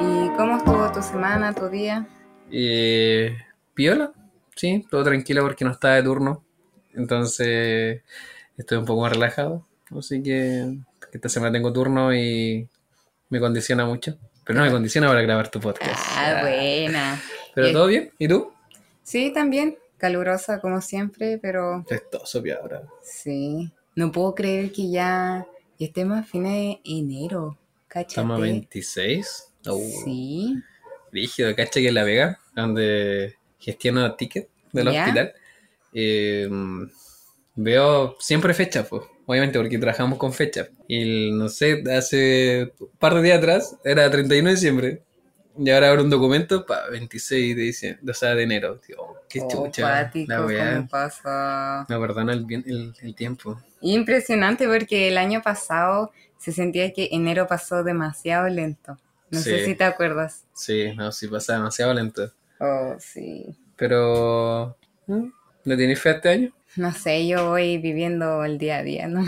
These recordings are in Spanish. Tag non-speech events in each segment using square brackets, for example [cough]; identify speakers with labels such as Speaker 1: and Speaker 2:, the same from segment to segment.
Speaker 1: ¿Y cómo estuvo tu semana, tu día?
Speaker 2: Eh, Piola, sí, todo tranquilo porque no estaba de turno. Entonces estoy un poco más relajado. Así que esta semana tengo turno y me condiciona mucho. Pero no me condiciona para grabar tu podcast.
Speaker 1: Ah, buena.
Speaker 2: Pero
Speaker 1: Y-
Speaker 2: todo bien. ¿Y tú?
Speaker 1: Sí, también. Calurosa como siempre, pero
Speaker 2: Festoso, piadra.
Speaker 1: sí. No puedo creer que ya estemos a fines de enero.
Speaker 2: Estamos a
Speaker 1: Cáchate.
Speaker 2: 26. Uh,
Speaker 1: Sí.
Speaker 2: Rígido, cacha que en La Vega, donde gestiono ticket del
Speaker 1: Ya.
Speaker 2: hospital, eh, veo siempre fechas, pues, obviamente porque trabajamos con fechas. Y el- no sé, hace un par de días atrás era 31 de diciembre. Y ahora abro un documento para 26 de diciembre, o sea, de enero. Digo, oh, qué
Speaker 1: Oh,
Speaker 2: chucha.
Speaker 1: cuático,
Speaker 2: La weá.
Speaker 1: ¿cómo pasa?
Speaker 2: No perdona el, bien- el- el tiempo.
Speaker 1: Impresionante porque el año pasado se sentía que enero pasó demasiado lento. No sé
Speaker 2: Sí.
Speaker 1: si te acuerdas.
Speaker 2: Sí, no, sí pasa demasiado lento.
Speaker 1: Oh, sí.
Speaker 2: Pero. ¿eh? ¿No tienes fe a este año?
Speaker 1: No sé, yo voy viviendo el día a día,
Speaker 2: [laughs]
Speaker 1: no,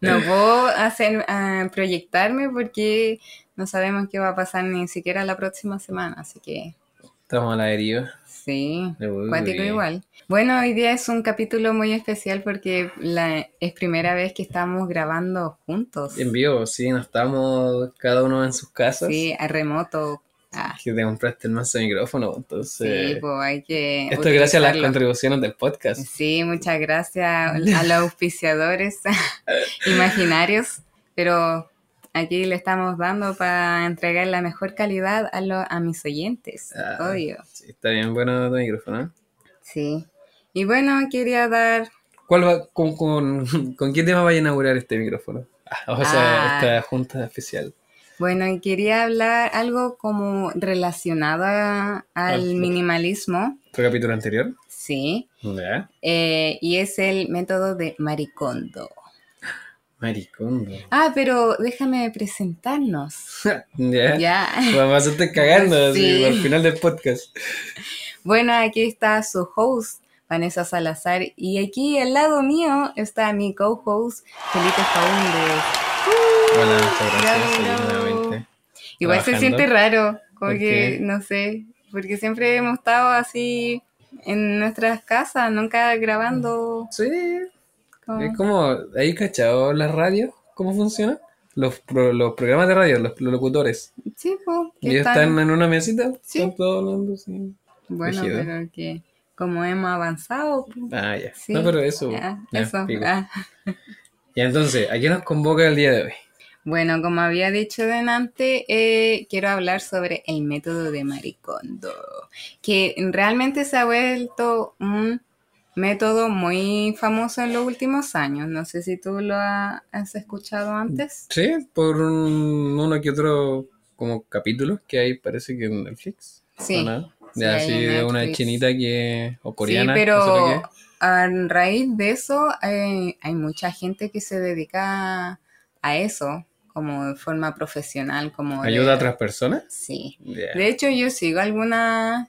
Speaker 1: no puedo hacer, ah, proyectarme porque no sabemos qué va a pasar ni siquiera la próxima semana, así que
Speaker 2: Estamos a la deriva.
Speaker 1: sí,
Speaker 2: Uy.
Speaker 1: cuático igual. Bueno, hoy día es un capítulo muy especial porque la, es primera vez que estamos grabando juntos,
Speaker 2: En vivo, pues. sí, nos estamos cada uno en sus casas.
Speaker 1: sí, a remoto. Ah,
Speaker 2: Que te compraste el manso micrófono, entonces.
Speaker 1: sí, pues hay que
Speaker 2: esto es gracias a las
Speaker 1: utilizarlo.
Speaker 2: contribuciones del podcast.
Speaker 1: Sí, muchas gracias a los auspiciadores [laughs] imaginarios, pero aquí le estamos dando para entregar la mejor calidad a, lo- a mis oyentes,
Speaker 2: Ah.
Speaker 1: obvio.
Speaker 2: Sí, está bien bueno tu micrófono. ¿eh?
Speaker 1: Sí. Y bueno, quería dar
Speaker 2: ¿Cuál va, con, con, [laughs] con qué tema vaya a inaugurar este micrófono? Ah, o sea,
Speaker 1: Ah.
Speaker 2: esta junta especial.
Speaker 1: Bueno, y quería hablar algo como relacionado a- al
Speaker 2: Al-
Speaker 1: minimalismo,
Speaker 2: ¿Tu capítulo anterior?
Speaker 1: sí,
Speaker 2: Ya.
Speaker 1: eh, y es el método de Maricondo.
Speaker 2: Maricondo. [laughs]
Speaker 1: Ah, pero déjame presentarnos.
Speaker 2: ya.
Speaker 1: Ya.
Speaker 2: Bueno, Vas a estar cagando
Speaker 1: Sí.
Speaker 2: así, al final del podcast.
Speaker 1: Bueno, aquí está su host, Vanessa Salazar, y aquí al lado mío está mi co-host, Felipe Faúndez.
Speaker 2: Hola, muchas
Speaker 1: Bravo,
Speaker 2: gracias.
Speaker 1: bravo.
Speaker 2: nuevamente.
Speaker 1: Igual se
Speaker 2: Trabajando.
Speaker 1: siente raro, como
Speaker 2: ¿Por
Speaker 1: que,
Speaker 2: qué?
Speaker 1: no sé, porque siempre hemos estado así en nuestras casas, nunca grabando.
Speaker 2: Sí,
Speaker 1: como-
Speaker 2: Es como, ¿hay cachado la radio? ¿Cómo funciona? Los, pro- los programas de radio, los, los locutores.
Speaker 1: Sí, pues, que
Speaker 2: Y
Speaker 1: están-
Speaker 2: están en una mesita,
Speaker 1: Sí.
Speaker 2: están todos hablando así.
Speaker 1: Bueno,
Speaker 2: rígido.
Speaker 1: pero que como hemos avanzado, pues,
Speaker 2: Ah, ya.
Speaker 1: Sí.
Speaker 2: No, pero eso.
Speaker 1: ah,
Speaker 2: ya,
Speaker 1: eso.
Speaker 2: pico.
Speaker 1: ah.
Speaker 2: Y entonces, ¿a qué nos convoca el día de hoy?
Speaker 1: Bueno, como había dicho delante, eh, quiero hablar sobre el método de Maricondo, que realmente se ha vuelto un método muy famoso en los últimos años. No sé si tú lo ha- has escuchado antes.
Speaker 2: Sí, por un- uno que otro como capítulo que hay, parece que en Netflix.
Speaker 1: Sí,
Speaker 2: ¿o no?
Speaker 1: sí,
Speaker 2: Ya,
Speaker 1: hay
Speaker 2: sí,
Speaker 1: en
Speaker 2: de una
Speaker 1: Netflix.
Speaker 2: chinita que. o coreana.
Speaker 1: sí,
Speaker 2: no sé lo
Speaker 1: pero
Speaker 2: que es.
Speaker 1: a raíz de eso eh, hay, hay mucha gente que se dedica a eso, como de forma profesional, como de-
Speaker 2: ¿Ayuda a otras personas?
Speaker 1: Sí.
Speaker 2: Ya.
Speaker 1: De hecho, yo sigo alguna...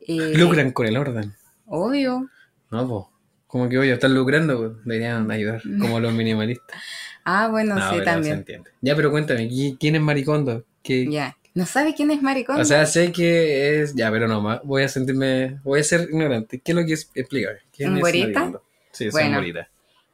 Speaker 1: eh,
Speaker 2: Lucran con el orden.
Speaker 1: Obvio.
Speaker 2: No, pues. Como que voy a estar lucrando, po. deberían
Speaker 1: [laughs]
Speaker 2: ayudar, como los minimalistas.
Speaker 1: Ah, bueno,
Speaker 2: No,
Speaker 1: sí,
Speaker 2: pero se
Speaker 1: también.
Speaker 2: entiende. Ya, pero cuéntame, ¿qui- ¿quién es Maricondo? ¿Qué-
Speaker 1: Ya. ¿No sabe quién es Maricondo?
Speaker 2: O sea, sé que es. Ya, pero no, ma- voy a sentirme. Voy a ser ignorante. ¿Qué es lo que es? Explícame. ¿Quién es
Speaker 1: ¿Zumborita?
Speaker 2: Maricondo? Sí, es
Speaker 1: Bueno.
Speaker 2: Zumborita.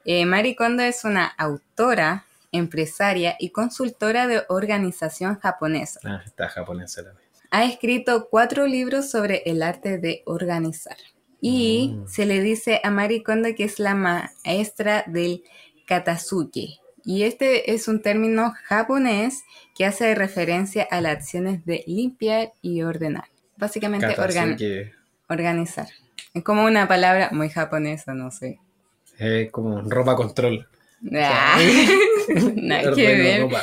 Speaker 1: Eh, Maricondo es una autora, empresaria y consultora de organización japonesa.
Speaker 2: Ah, está japonesa la vez.
Speaker 1: Ha escrito cuatro libros sobre el arte de organizar. Y
Speaker 2: Mm.
Speaker 1: se le dice a Maricondo que es la maestra del katasuke. Y este es un término japonés que hace referencia a las acciones de limpiar y ordenar. Básicamente,
Speaker 2: Kata, así
Speaker 1: organizar.
Speaker 2: que
Speaker 1: Organizar. Es como una palabra muy japonesa, no sé.
Speaker 2: es como ropa control. [laughs]
Speaker 1: Ah, [laughs] nada que
Speaker 2: Ordeno
Speaker 1: ver.
Speaker 2: ropa.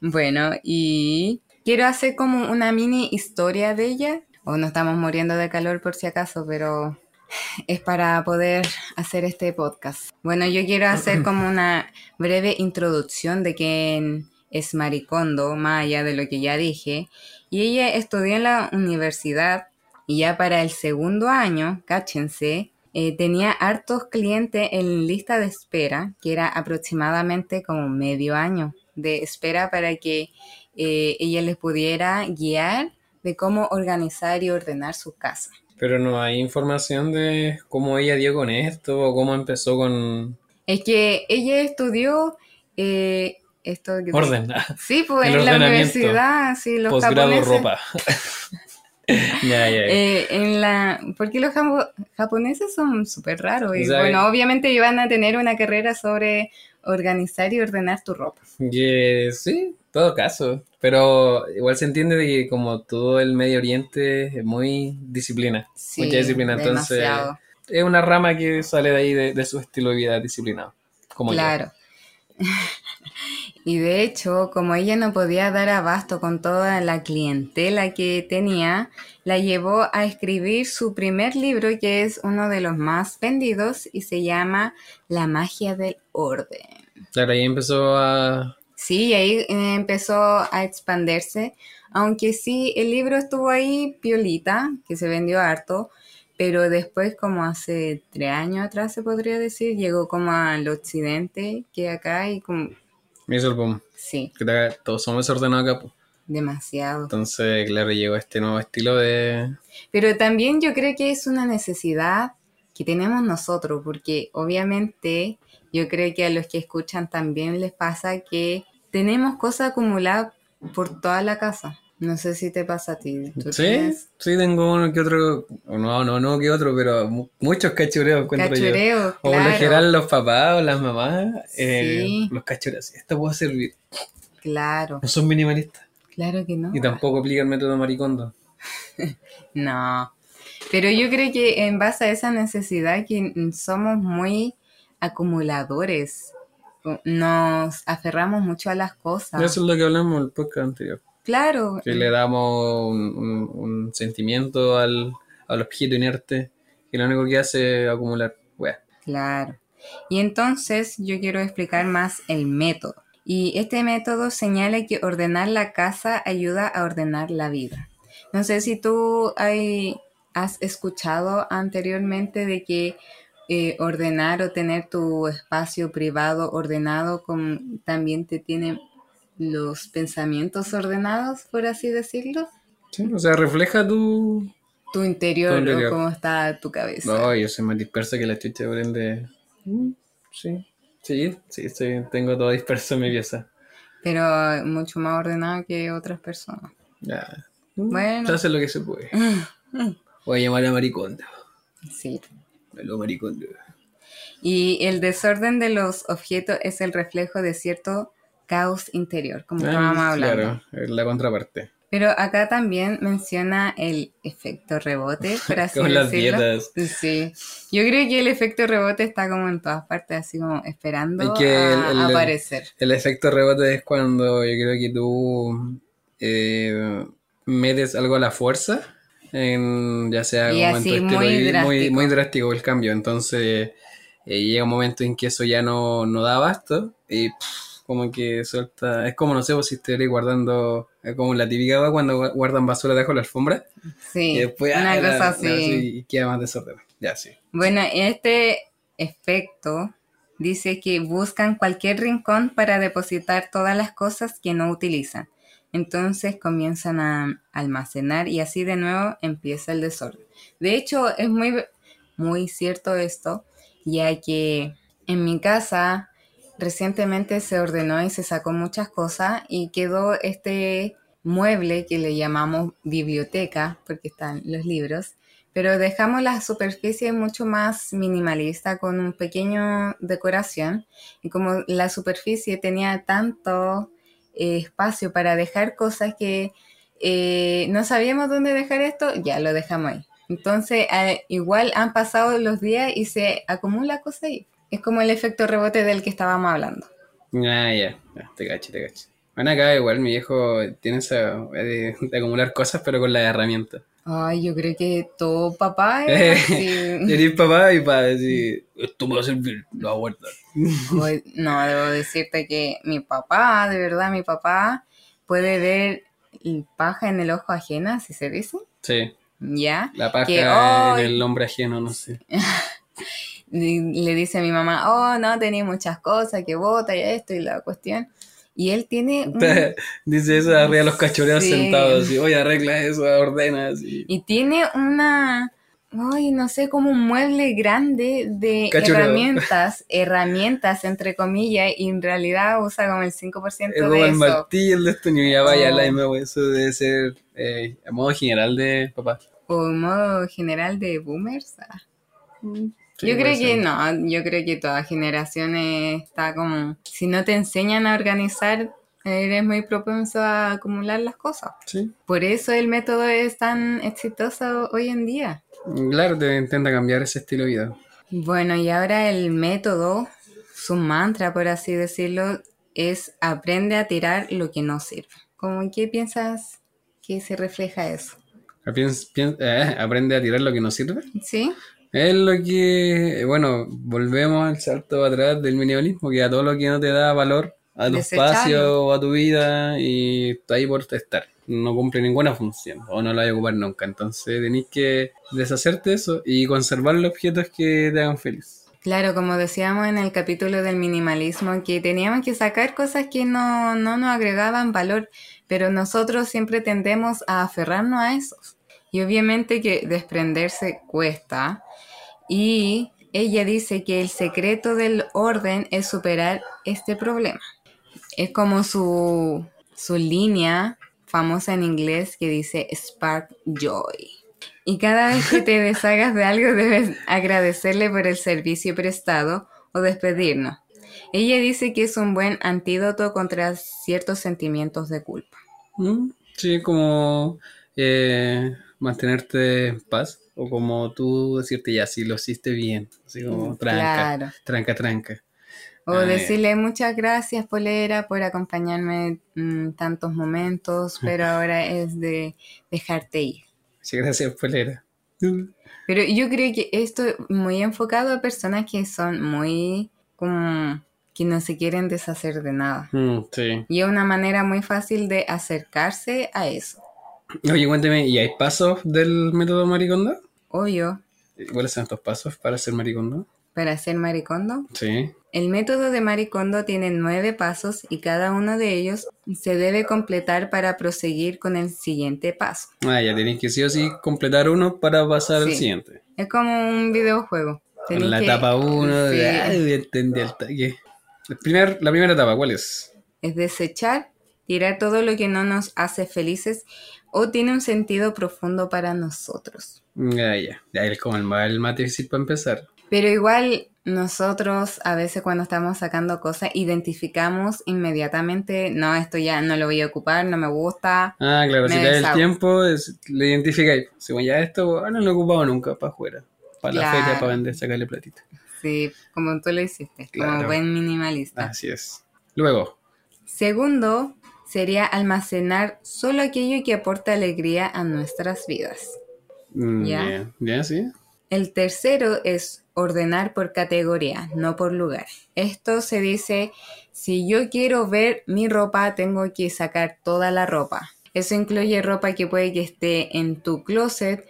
Speaker 1: Bueno, y quiero hacer como una mini historia de ella. O no estamos muriendo de calor por si acaso, pero es para poder hacer este podcast. Bueno, yo quiero hacer como una breve introducción de quién es Maricondo, más allá de lo que ya dije. Y ella estudió en la universidad y ya para el segundo año, cáchense, eh, tenía hartos clientes en lista de espera, que era aproximadamente como medio año. de espera para que eh, ella les pudiera guiar de cómo organizar y ordenar su casa.
Speaker 2: Pero no hay información de cómo ella dio con esto o cómo empezó con
Speaker 1: Es que ella estudió eh, esto que-
Speaker 2: orden. [laughs]
Speaker 1: Sí, pues
Speaker 2: El
Speaker 1: en la
Speaker 2: ordenamiento.
Speaker 1: universidad, sí, los
Speaker 2: Posgrado
Speaker 1: japoneses. [laughs]
Speaker 2: ropa. ya, ya, ya.
Speaker 1: Eh, en la, porque los japo- japoneses son súper raros. Y
Speaker 2: O sea,
Speaker 1: bueno, obviamente van a tener una carrera sobre organizar y ordenar tu ropa.
Speaker 2: Que sí, todo caso. Pero igual se entiende de que como todo el Medio Oriente es muy disciplina.
Speaker 1: Sí,
Speaker 2: mucha disciplina. Entonces
Speaker 1: demasiado.
Speaker 2: es una rama que sale de ahí de, de su estilo de vida disciplinado. Como yo.
Speaker 1: Claro. [laughs] y de hecho, como ella no podía dar abasto con toda la clientela que tenía, la llevó a escribir su primer libro, que es uno de los más vendidos, y se llama La magia del orden.
Speaker 2: Claro, ahí empezó a...
Speaker 1: Sí, y ahí eh, empezó a expandirse, aunque sí, el libro estuvo ahí piolita, que se vendió harto, pero después, como hace tres años atrás se podría decir, llegó como al occidente, que acá, y como,
Speaker 2: Hizo el boom.
Speaker 1: sí,
Speaker 2: Que te- Todos somos desordenados acá. po.
Speaker 1: demasiado.
Speaker 2: Entonces, claro, llegó este nuevo estilo de...
Speaker 1: Pero también yo creo que es una necesidad que tenemos nosotros, porque obviamente yo creo que a los que escuchan también les pasa que tenemos cosas acumuladas por toda la casa. No sé si te pasa a ti. ¿Tú
Speaker 2: Sí,
Speaker 1: tienes
Speaker 2: sí, tengo uno que otro... No, no, no que otro, pero mu- muchos cachureos encuentro yo.
Speaker 1: Cachureo,
Speaker 2: O por lo
Speaker 1: claro,
Speaker 2: general los papás o las mamás, eh,
Speaker 1: Sí.
Speaker 2: los cachuras, esto puede servir.
Speaker 1: claro,
Speaker 2: No son minimalistas.
Speaker 1: claro que no.
Speaker 2: Y tampoco aplican el método maricondo.
Speaker 1: No, pero yo creo que en base a esa necesidad que mm, somos muy acumuladores, nos aferramos mucho a las cosas.
Speaker 2: Eso es lo que hablamos en el podcast anterior.
Speaker 1: Claro,
Speaker 2: Que le damos un, un- un sentimiento al, al objeto inerte, que lo único que hace es acumular. Wea.
Speaker 1: Claro. Y entonces yo quiero explicar más el método. Y este método señala que ordenar la casa ayuda a ordenar la vida. No sé si tú hay- has escuchado anteriormente de que eh, ordenar o tener tu espacio privado ordenado con- también te tiene los pensamientos ordenados, por así decirlo.
Speaker 2: Sí, o sea, refleja tu...
Speaker 1: Tu interior,
Speaker 2: Tu interior.
Speaker 1: o cómo está tu cabeza.
Speaker 2: No, yo soy más disperso que la chucha, por ende. Mm, Sí, sí, sí, estoy- tengo todo disperso en mi pieza.
Speaker 1: Pero mucho más ordenado que otras personas.
Speaker 2: Ya.
Speaker 1: Bueno. Mm,
Speaker 2: Se hace lo que se puede. Voy a llamar a maricondo.
Speaker 1: Sí.
Speaker 2: Aló, maricondo.
Speaker 1: Y el desorden de los objetos es el reflejo de cierto caos interior, como estábamos
Speaker 2: Ah,
Speaker 1: hablando.
Speaker 2: Claro, es la contraparte.
Speaker 1: Pero acá también menciona el efecto
Speaker 2: [laughs]
Speaker 1: rebote, por así
Speaker 2: Como las
Speaker 1: decirlo.
Speaker 2: dietas.
Speaker 1: Sí. Yo creo que el efecto rebote está como en todas partes, así como esperando
Speaker 2: Y que
Speaker 1: a
Speaker 2: el- el-
Speaker 1: aparecer.
Speaker 2: El efecto rebote es cuando yo creo que tú eh, metes algo a la fuerza, en, ya sea
Speaker 1: Y
Speaker 2: como en
Speaker 1: así,
Speaker 2: tu estilo
Speaker 1: muy
Speaker 2: de vida- muy,
Speaker 1: drástico.
Speaker 2: muy drástico el cambio. Entonces eh, llega un momento en que eso ya no, no da abasto y pff, como que suelta. Es como, no sé, vos si estuvieras guardando, es como la típica va cuando gu- guardan basura debajo de la alfombra.
Speaker 1: Sí,
Speaker 2: y después,
Speaker 1: una
Speaker 2: ah, la-
Speaker 1: cosa
Speaker 2: la-
Speaker 1: así.
Speaker 2: sí, y queda más desordenado. Ya, sí.
Speaker 1: Bueno, este efecto dice que buscan cualquier rincón para depositar todas las cosas que no utilizan. Entonces comienzan a almacenar y así de nuevo empieza el desorden. De hecho, es muy, muy cierto esto, ya que en mi casa recientemente se ordenó y se sacó muchas cosas y quedó este mueble que le llamamos biblioteca, porque están los libros, pero dejamos la superficie mucho más minimalista con un pequeño decoración y como la superficie tenía tanto eh, espacio para dejar cosas que eh, no sabíamos dónde dejar esto, ya lo dejamos ahí. Entonces eh, igual han pasado los días y se acumula cosa ahí. Es como el efecto rebote del que estábamos hablando.
Speaker 2: Ah, ya, ya, te cacho, te cacho. Bueno, acá igual mi viejo tiene esa wea de, de acumular cosas, pero con las herramientas.
Speaker 1: [laughs] Ay, yo creo que todo papá es así.
Speaker 2: Tenía el papá y para decir, esto me va a servir, lo voy a guardar.
Speaker 1: Hoy- No, debo decirte que mi papá, de verdad, mi papá puede ver el paja en el ojo ajena, si se dice,
Speaker 2: Sí,
Speaker 1: ¿ya?
Speaker 2: la paja
Speaker 1: Que,
Speaker 2: en
Speaker 1: "Ay".
Speaker 2: el hombre ajeno, no sé.
Speaker 1: Y Le dice a mi mamá, oh, no, tenés muchas cosas que bota y esto y la cuestión. Y él tiene
Speaker 2: [laughs]
Speaker 1: un-
Speaker 2: Dice eso, arriba los cachoreos
Speaker 1: Mm. Sí.
Speaker 2: sentados. Y oye, arregla eso, ordena. así.
Speaker 1: y tiene una, ay, no sé, como un mueble grande de
Speaker 2: Cachureo.
Speaker 1: herramientas, herramientas entre comillas, y en realidad usa como el 5%
Speaker 2: Eh,
Speaker 1: de
Speaker 2: Roba el
Speaker 1: eso.
Speaker 2: martillo, el de esto, y ya vaya,
Speaker 1: Oh.
Speaker 2: la M, güey, eso debe ser eh, a modo general de papá.
Speaker 1: O en modo general de boomers. ah.
Speaker 2: Sí,
Speaker 1: yo creo
Speaker 2: puede
Speaker 1: que
Speaker 2: ser.
Speaker 1: no, yo creo que toda generación eh, está como, si no te enseñan a organizar, eres muy propenso a acumular las cosas.
Speaker 2: Sí.
Speaker 1: Por eso el método es tan exitoso hoy en día.
Speaker 2: Claro, te intenta cambiar ese estilo de vida.
Speaker 1: Bueno, y ahora el método, su mantra, por así decirlo, es aprende a tirar lo que no sirve. ¿Cómo qué piensas que se refleja eso?
Speaker 2: Piens- piens- eh, aprende a tirar lo que no sirve.
Speaker 1: ¿Sí?
Speaker 2: Es lo que, bueno, volvemos al salto atrás del minimalismo, que a todo lo que no te da valor, a tu
Speaker 1: Desecharlo.
Speaker 2: espacio o a tu vida, y está ahí por estar. No cumple ninguna función, o no la vas a ocupar nunca. Entonces tenés que deshacerte de eso y conservar los objetos que te hagan feliz.
Speaker 1: Claro, como decíamos en el capítulo del minimalismo, que teníamos que sacar cosas que no, no nos agregaban valor, pero nosotros siempre tendemos a aferrarnos a esos. Y obviamente que desprenderse cuesta. Y ella dice que el secreto del orden es superar este problema. Es como su, su línea famosa en inglés que dice Spark Joy. Y cada vez que te deshagas de algo debes agradecerle por el servicio prestado o despedirnos. Ella dice que es un buen antídoto contra ciertos sentimientos de culpa.
Speaker 2: Mm, Sí, como eh, mantenerte en paz, o como tú decirte ya, si lo hiciste bien, así como
Speaker 1: Mm,
Speaker 2: tranca,
Speaker 1: claro.
Speaker 2: tranca, tranca.
Speaker 1: O
Speaker 2: Ah, ya.
Speaker 1: decirle muchas gracias, Polera, por acompañarme en tantos
Speaker 2: [laughs]
Speaker 1: momentos, pero ahora es de dejarte ir.
Speaker 2: Sí, gracias, Polera. [laughs]
Speaker 1: Pero yo creo que esto es muy enfocado a personas que son muy como que no se quieren deshacer de nada.
Speaker 2: Mm, sí.
Speaker 1: Y es una manera muy fácil de acercarse a eso.
Speaker 2: Oye, cuénteme, ¿y hay pasos del método maricondo?
Speaker 1: Obvio,
Speaker 2: ¿Cuáles son estos pasos para ser maricondo?
Speaker 1: para ser maricondo.
Speaker 2: Sí.
Speaker 1: El método de maricondo tiene nueve pasos y cada uno de ellos se debe completar para proseguir con el siguiente paso.
Speaker 2: Ah, ya tenéis que sí o sí completar uno para pasar al
Speaker 1: Sí.
Speaker 2: siguiente.
Speaker 1: Es como un videojuego. Tenés
Speaker 2: En la
Speaker 1: que-
Speaker 2: etapa uno,
Speaker 1: Sí.
Speaker 2: de, ay, entendí el talle. El primer, la primera etapa, ¿cuál es?
Speaker 1: es desechar, tirar todo lo que no nos hace felices o tiene un sentido profundo para nosotros.
Speaker 2: Ah, ya. Ya es como el más, el más difícil para empezar.
Speaker 1: Pero igual nosotros a veces cuando estamos sacando cosas identificamos inmediatamente, no, esto ya no lo voy a ocupar, no me gusta.
Speaker 2: Ah, claro, si
Speaker 1: Me
Speaker 2: te da el
Speaker 1: deshago.
Speaker 2: tiempo, es- le identificáis. Según ya esto, ah, no lo he ocupado nunca para afuera. Para la
Speaker 1: Claro.
Speaker 2: feria, para vender, sacarle platita.
Speaker 1: Sí, como tú lo hiciste,
Speaker 2: Claro. Ah.
Speaker 1: como buen minimalista.
Speaker 2: Así es. Luego,
Speaker 1: Segundo, sería almacenar solo aquello que aporta alegría a nuestras vidas.
Speaker 2: mm,
Speaker 1: Ya.
Speaker 2: bien, ya, sí.
Speaker 1: El tercero es ordenar por categoría, no por lugar. Esto se dice, si yo quiero ver mi ropa, tengo que sacar toda la ropa. Eso incluye ropa que puede que esté en tu closet,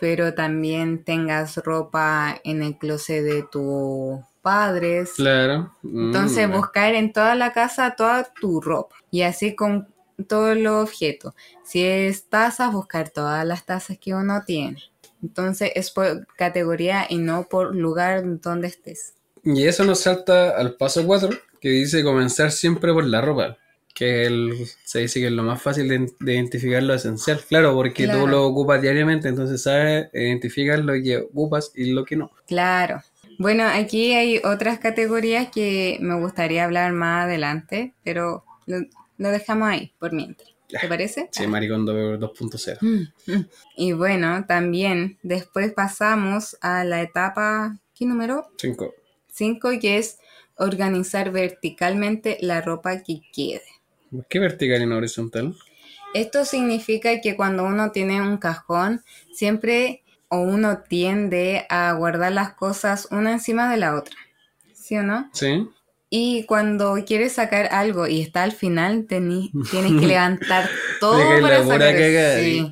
Speaker 1: pero también tengas ropa en el closet de tus padres.
Speaker 2: Claro. Mm,
Speaker 1: Entonces
Speaker 2: ya.
Speaker 1: buscar en toda la casa toda tu ropa y así con todos los objetos. Si es tazas, buscar todas las tazas que uno tiene. Entonces es por categoría y no por lugar donde estés.
Speaker 2: Y eso nos salta al paso 4, que dice comenzar siempre por la ropa, que el- se dice que es lo más fácil de, de identificar lo esencial, claro, porque
Speaker 1: Claro.
Speaker 2: tú lo ocupas diariamente, entonces sabes, identificas lo que ocupas y lo que no.
Speaker 1: Claro. Bueno, aquí hay otras categorías que me gustaría hablar más adelante, pero lo, lo dejamos ahí por mientras. ¿Te parece? Ah. Mm,
Speaker 2: Sí, Maricondo 2.0.
Speaker 1: Y bueno, también después pasamos a la etapa, ¿qué número?
Speaker 2: 5.
Speaker 1: 5 que es organizar verticalmente la ropa que quede.
Speaker 2: ¿Qué vertical y no horizontal?
Speaker 1: Esto significa que cuando uno tiene un cajón, siempre o uno tiende a guardar las cosas una encima de la otra. ¿Sí o no?
Speaker 2: Sí.
Speaker 1: Y cuando quieres sacar algo y está al final, tení- tienes que levantar todo
Speaker 2: Deja
Speaker 1: para
Speaker 2: la pura
Speaker 1: sacar.
Speaker 2: cagada y-
Speaker 1: Sí.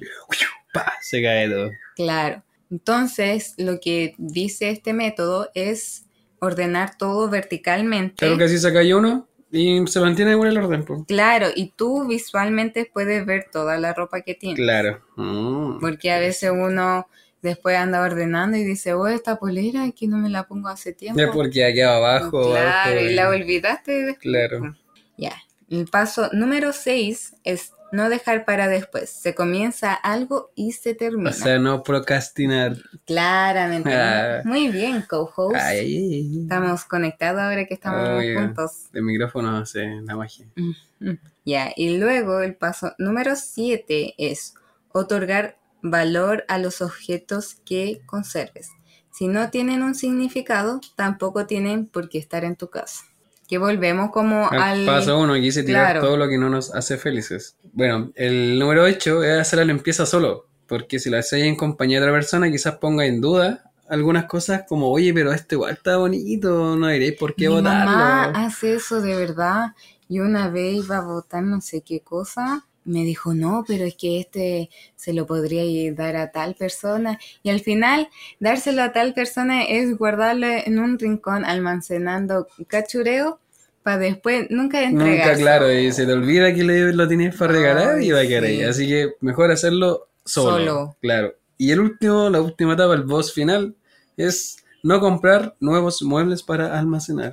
Speaker 2: ¡Pa! Se cae todo.
Speaker 1: Claro. Entonces, lo que dice este método es ordenar todo verticalmente.
Speaker 2: Claro que así se cae uno, Y se mantiene igual el orden, pues.
Speaker 1: Claro, y tú visualmente puedes ver toda la ropa que tiene.
Speaker 2: Claro. Mm.
Speaker 1: Porque a veces uno después anda ordenando y dice, oh, esta polera que no me la pongo hace tiempo.
Speaker 2: Ya porque aquí abajo.
Speaker 1: claro,
Speaker 2: abajo,
Speaker 1: y la olvidaste después.
Speaker 2: Claro.
Speaker 1: Ya. El paso número 6 es no dejar para después. Se comienza algo y se termina.
Speaker 2: O sea, no procrastinar.
Speaker 1: Claramente.
Speaker 2: Ah.
Speaker 1: Muy bien, co-host.
Speaker 2: Ay, ay, ay.
Speaker 1: Estamos conectados ahora que estamos
Speaker 2: Oh, yeah.
Speaker 1: juntos.
Speaker 2: El micrófono hace la magia.
Speaker 1: Mm. Ya, y luego el paso número 7 es otorgar valor a los objetos que conserves. Si no tienen un significado, tampoco tienen por qué estar en tu casa. Que volvemos como
Speaker 2: Al
Speaker 1: al...
Speaker 2: Paso Ah, uno, quise tirar
Speaker 1: Claro.
Speaker 2: todo lo que no nos hace felices. Bueno, el número 8 es hacer la limpieza solo, porque si la hacéis en compañía de otra persona, quizás ponga en duda algunas cosas como, oye, pero este igual está bonito, no diréis por qué
Speaker 1: Mi mamá
Speaker 2: votarlo.
Speaker 1: hace eso de verdad. Y una vez iba a votar no sé qué cosa. Me dijo, no, pero es que este se lo podría dar a tal persona. Y al final, dárselo a tal persona es guardarlo en un rincón almacenando cachureo para después nunca entregarlo.
Speaker 2: Nunca, claro, y se te olvida que le- lo tienes para regalar
Speaker 1: Ay,
Speaker 2: y va a quedar ahí.
Speaker 1: sí.
Speaker 2: Así que mejor hacerlo solo,
Speaker 1: Solo.
Speaker 2: Claro. Y el último, la última etapa, el boss final, es no comprar nuevos muebles para almacenar.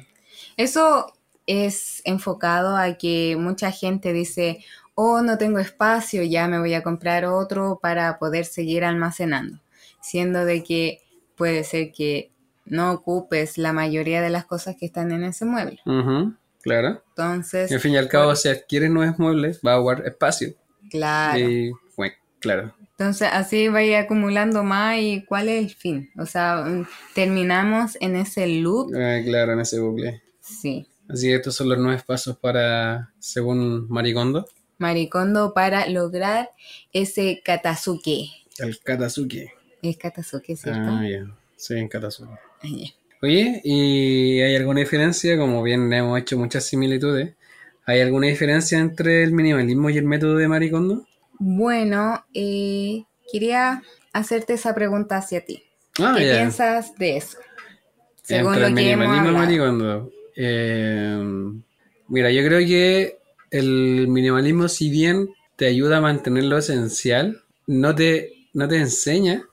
Speaker 1: Eso es enfocado a que mucha gente dice, oh, no tengo espacio, ya me voy a comprar otro para poder seguir almacenando. Siendo de que puede ser que no ocupes la mayoría de las cosas que están en ese mueble.
Speaker 2: Ujú, claro.
Speaker 1: Entonces,
Speaker 2: Al fin y al cabo, si adquieres nuevos muebles, va a guardar espacio.
Speaker 1: claro.
Speaker 2: Y, bueno, claro.
Speaker 1: Entonces, así va a ir acumulando más y cuál es el fin. O sea, mm, terminamos en ese loop.
Speaker 2: Ah, claro, en ese bucle.
Speaker 1: Sí.
Speaker 2: Así que estos son los nueve pasos para, según Maricondo,
Speaker 1: Maricondo para lograr ese katazuke.
Speaker 2: el Katasuki.
Speaker 1: Es katazuke, ¿cierto?
Speaker 2: Ah, ya. Sí, en Katasuki.
Speaker 1: Ay, ya.
Speaker 2: Oye, ¿y hay alguna diferencia? Como bien hemos hecho muchas similitudes, ¿hay alguna diferencia entre el minimalismo y el método de Maricondo?
Speaker 1: Bueno, eh, quería hacerte esa pregunta hacia ti.
Speaker 2: Ah,
Speaker 1: ¿Qué
Speaker 2: ya.
Speaker 1: piensas de eso? Según
Speaker 2: Entre
Speaker 1: lo
Speaker 2: el
Speaker 1: que hemos
Speaker 2: minimalismo y el
Speaker 1: hablado.
Speaker 2: maricondo. Eh, mira, yo creo que el minimalismo, si bien te ayuda a mantener lo esencial, no te, no te enseña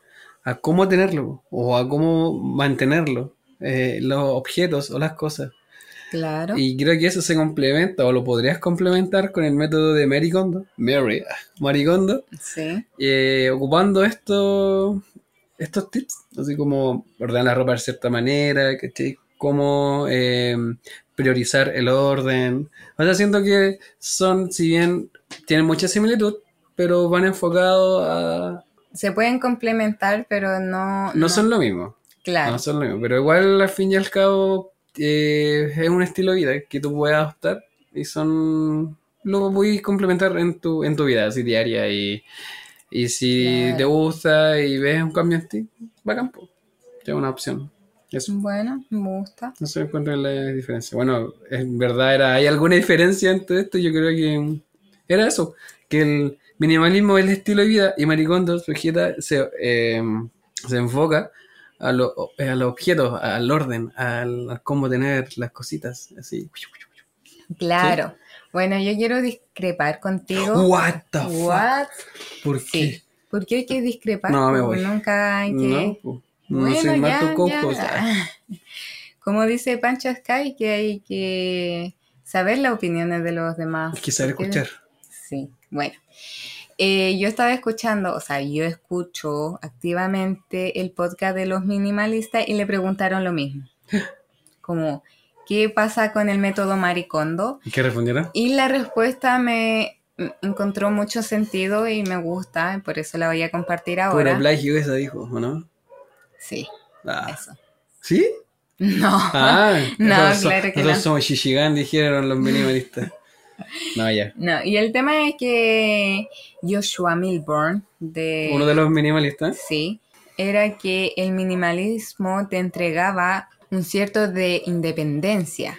Speaker 2: a cómo tenerlo o a cómo mantenerlo, eh, los objetos o las cosas.
Speaker 1: Claro.
Speaker 2: Y creo que eso se complementa o lo podrías complementar con el método de maricondo, Mary, ah, maricondo,
Speaker 1: Sí.
Speaker 2: eh, ocupando esto, estos tips, así como ordenar la ropa de cierta manera, ¿cachai? Cómo eh, priorizar el orden. O sea, siento que son, si bien tienen mucha similitud, pero van enfocados a...
Speaker 1: Se pueden complementar, pero no.
Speaker 2: No, son lo mismo,
Speaker 1: Claro.
Speaker 2: no son lo mismo, pero igual al fin y al cabo eh, es un estilo de vida que tú puedes adoptar y son... Lo puedes complementar en tu, en tu vida, así diaria y... Y si
Speaker 1: Claro.
Speaker 2: te gusta y ves un cambio en ti, va a campo. Es una opción. Eso.
Speaker 1: Bueno, me gusta.
Speaker 2: No se encuentra la diferencia. Bueno, en verdad era, ¿hay alguna diferencia entre esto? Yo creo que era eso. Que el minimalismo es el estilo de vida y Maricondo sujeta, se, eh, se enfoca a, lo- a los objetos, al orden, al, a cómo tener las cositas. Así.
Speaker 1: Claro. Bueno, yo quiero discrepar contigo.
Speaker 2: What the fuck?
Speaker 1: What?
Speaker 2: ¿Por
Speaker 1: Sí. ¿Por qué hay que discrepar?
Speaker 2: No, me
Speaker 1: Como
Speaker 2: voy.
Speaker 1: Nunca hay
Speaker 2: qué?
Speaker 1: que.
Speaker 2: No, po. no
Speaker 1: Bueno,
Speaker 2: soy más
Speaker 1: ya,
Speaker 2: tu coco, o sea.
Speaker 1: ya. [laughs] Como dice Pancho Sky, que hay que saber las opiniones de los demás.
Speaker 2: Hay que saber
Speaker 1: Porque-
Speaker 2: escuchar.
Speaker 1: Sí, bueno. Eh, yo estaba escuchando, o sea, yo escucho activamente el podcast de los minimalistas y le preguntaron lo
Speaker 2: [gasps]
Speaker 1: mismo. Como, ¿qué pasa con el método maricondo?
Speaker 2: ¿Y qué respondieron?
Speaker 1: Y la respuesta me me encontró mucho sentido y me gusta, y por eso la voy a compartir
Speaker 2: Puro
Speaker 1: ahora.
Speaker 2: plagio esa dijo, ¿o no?
Speaker 1: Sí,
Speaker 2: Ah.
Speaker 1: eso. [laughs]
Speaker 2: ¿Sí?
Speaker 1: No. [laughs]
Speaker 2: Ah,
Speaker 1: No,
Speaker 2: nosotros so-
Speaker 1: claro que
Speaker 2: nosotros
Speaker 1: no.
Speaker 2: somos Shishigan, dijeron los minimalistas. No, ya.
Speaker 1: No, y el tema es que Joshua Milburn, de,
Speaker 2: Uno de los minimalistas.
Speaker 1: sí, era que el minimalismo te entregaba un cierto de independencia,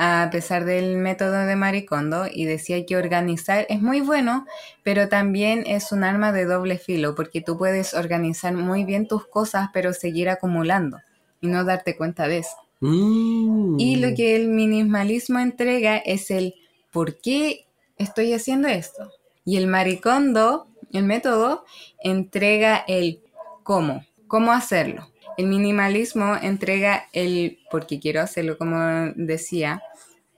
Speaker 1: a pesar del método de Maricondo, y decía que organizar es muy bueno, pero también es un arma de doble filo, porque tú puedes organizar muy bien tus cosas, pero seguir acumulando y no darte cuenta de eso.
Speaker 2: Mm.
Speaker 1: Y lo que el minimalismo entrega es el por qué estoy haciendo esto. Y el maricondo, el método, entrega el cómo, cómo hacerlo. El minimalismo entrega el por qué quiero hacerlo, como decía,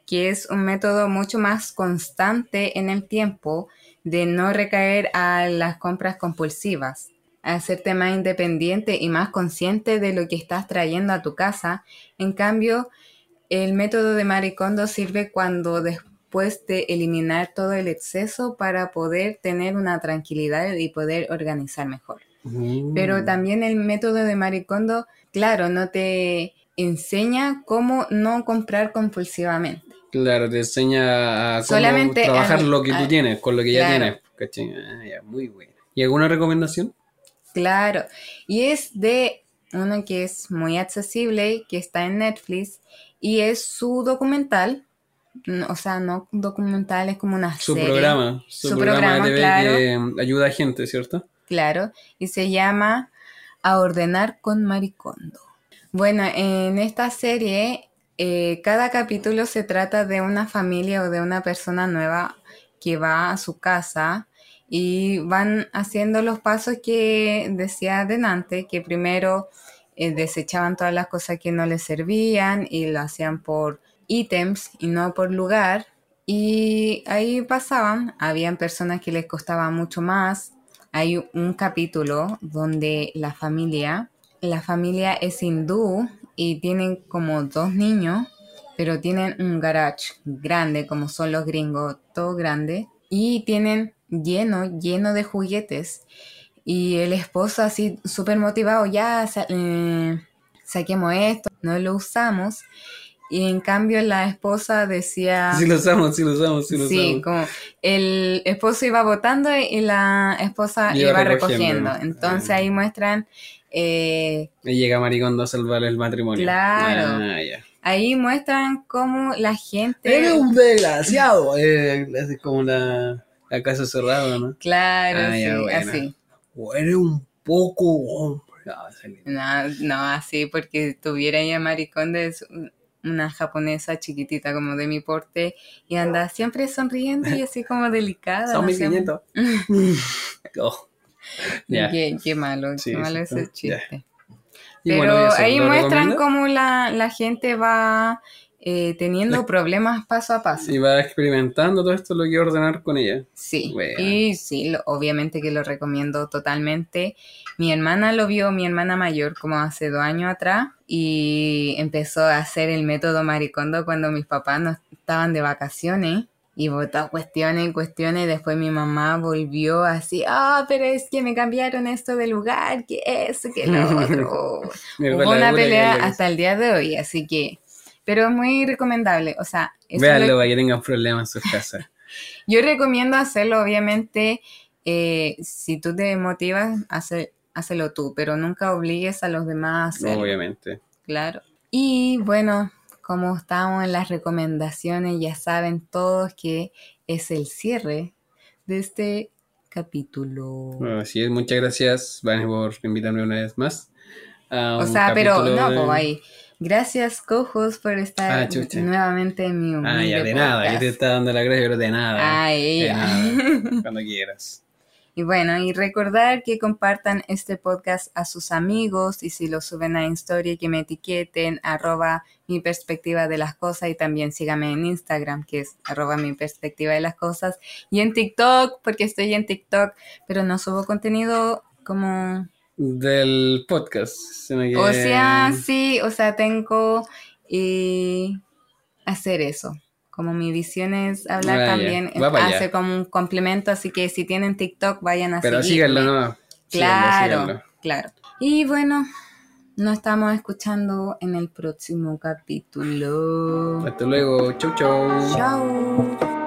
Speaker 1: que es un método mucho más constante en el tiempo de no recaer a las compras compulsivas, a hacerte más independiente y más consciente de lo que estás trayendo a tu casa. En cambio, el método de maricondo sirve cuando después de eliminar todo el exceso para poder tener una tranquilidad y poder organizar mejor.
Speaker 2: Mm.
Speaker 1: Pero también el método de maricondo, claro, no te enseña cómo no comprar compulsivamente.
Speaker 2: Claro, te enseña a cómo
Speaker 1: Solamente
Speaker 2: trabajar
Speaker 1: al-
Speaker 2: lo que tú
Speaker 1: al-
Speaker 2: tienes, con lo que ya
Speaker 1: Claro.
Speaker 2: tienes. ¿cachai? Ah, ya, muy bueno. ¿Y alguna recomendación?
Speaker 1: Claro, y es de uno que es muy accesible, que está en Netflix, y es su documental, n- o sea, no un documental, es como una
Speaker 2: Su
Speaker 1: serie,
Speaker 2: programa. Su,
Speaker 1: Su
Speaker 2: programa,
Speaker 1: programa,
Speaker 2: de TV
Speaker 1: claro.
Speaker 2: que mm, ayuda a gente, ¿cierto?
Speaker 1: claro, y se llama A ordenar con Maricondo. Bueno, en esta serie, eh, cada capítulo se trata de una familia o de una persona nueva que va a su casa y van haciendo los pasos que decía delante, que primero eh, desechaban todas las cosas que no les servían y lo hacían por ítems y no por lugar. Y ahí pasaban, habían personas que les costaba mucho más. Hay un capítulo donde la familia, la familia es hindú y tienen como dos niños, pero tienen un garage grande como son los gringos, todo grande, y tienen lleno, lleno de juguetes. Y el esposo así súper motivado, ya sa- eh, saquemos esto, no lo usamos. Y en cambio la esposa decía...
Speaker 2: [laughs] Sí, lo usamos, sí, lo usamos, sí, lo
Speaker 1: Ah. Sí,
Speaker 2: usamos.
Speaker 1: como el esposo iba votando y la esposa
Speaker 2: Iba
Speaker 1: iba, recogiendo.
Speaker 2: recogiendo.
Speaker 1: Entonces
Speaker 2: Ah.
Speaker 1: ahí muestran, eh,
Speaker 2: Y llega Maricondo a salvar el matrimonio.
Speaker 1: Claro.
Speaker 2: Ah, ya.
Speaker 1: ahí muestran cómo la
Speaker 2: Eres
Speaker 1: gente...
Speaker 2: un desgraciado. Eh, es como la, la casa cerrada, ¿no?
Speaker 1: Claro,
Speaker 2: Ah,
Speaker 1: sí,
Speaker 2: ya, buena.
Speaker 1: así.
Speaker 2: O eres un poco hombre. Ah, sale.
Speaker 1: No, no, así, porque tuviera ya maricón de es un- una japonesa chiquitita como de mi porte y anda siempre sonriendo y así como delicada.
Speaker 2: Son
Speaker 1: no
Speaker 2: mis
Speaker 1: sé.
Speaker 2: quinientos.
Speaker 1: [laughs]
Speaker 2: [laughs] Oh. Ya.
Speaker 1: Qué, qué malo,
Speaker 2: Sí,
Speaker 1: qué malo
Speaker 2: sí,
Speaker 1: ese
Speaker 2: ya.
Speaker 1: chiste.
Speaker 2: Y
Speaker 1: Pero
Speaker 2: bueno, ¿y eso
Speaker 1: ahí
Speaker 2: lo
Speaker 1: muestran
Speaker 2: recomiendas?
Speaker 1: cómo la, la gente va eh, teniendo problemas paso a paso.
Speaker 2: Y va experimentando todo esto, lo que iba a ordenar con ella.
Speaker 1: Sí,
Speaker 2: Bueno.
Speaker 1: y sí, lo- obviamente que lo recomiendo totalmente. Mi hermana lo vio, mi hermana mayor, como hace dos años atrás, y empezó a hacer el método maricondo cuando mis papás no estaban de vacaciones. Y votó cuestiones y cuestiones. Después mi mamá volvió así, ah, pero es que me cambiaron esto de lugar, que eso, que lo
Speaker 2: [laughs]
Speaker 1: otro.
Speaker 2: Me
Speaker 1: Hubo
Speaker 2: acuerdo
Speaker 1: una
Speaker 2: de que
Speaker 1: pelea
Speaker 2: ella
Speaker 1: hasta el día de hoy, así que. Pero es muy recomendable. O sea,
Speaker 2: hizo.
Speaker 1: eso
Speaker 2: Véanlo
Speaker 1: lo-
Speaker 2: para que tengan problemas en sus casas.
Speaker 1: [laughs] yo recomiendo hacerlo, obviamente. eh, si tú te motivas, hace, hazlo tú, pero nunca obligues a los demás a hacerlo.
Speaker 2: obviamente.
Speaker 1: Claro. Y bueno, como estamos en las recomendaciones, ya saben todos que es el cierre de este capítulo.
Speaker 2: Bueno, así es, muchas gracias, Vane, por invitarme una vez más. a
Speaker 1: O
Speaker 2: un
Speaker 1: sea, pero
Speaker 2: capítulo
Speaker 1: no,
Speaker 2: de-
Speaker 1: pues ahí. Gracias, cojos, por estar
Speaker 2: Ah, chucha.
Speaker 1: nuevamente en mi humilde
Speaker 2: Ah, ya, de nada, yo te
Speaker 1: mm, podcast.
Speaker 2: estaba dando la gracia, pero de nada.
Speaker 1: Ah,
Speaker 2: de
Speaker 1: ella.
Speaker 2: nada. Cuando quieras.
Speaker 1: [laughs] Y bueno, y recordar que compartan este podcast a sus amigos y si lo suben a historia que me etiqueten arroba mi perspectiva de las cosas y también síganme en Instagram que es arroba mi perspectiva de las cosas y en TikTok porque estoy en TikTok pero no subo contenido como
Speaker 2: Del podcast. sino que-
Speaker 1: O sea, sí, o sea, tengo eh, hacer eso. Como mi visión es hablar
Speaker 2: Vaya,
Speaker 1: también,
Speaker 2: Ah, va para allá.
Speaker 1: hacer como un complemento, así que si tienen TikTok vayan a
Speaker 2: Pero
Speaker 1: seguirme.
Speaker 2: síganlo, ¿no?
Speaker 1: Claro,
Speaker 2: Síganlo, síganlo.
Speaker 1: claro. Y bueno, nos estamos escuchando en el próximo capítulo.
Speaker 2: Hasta luego. Chau, chau.
Speaker 1: Chao.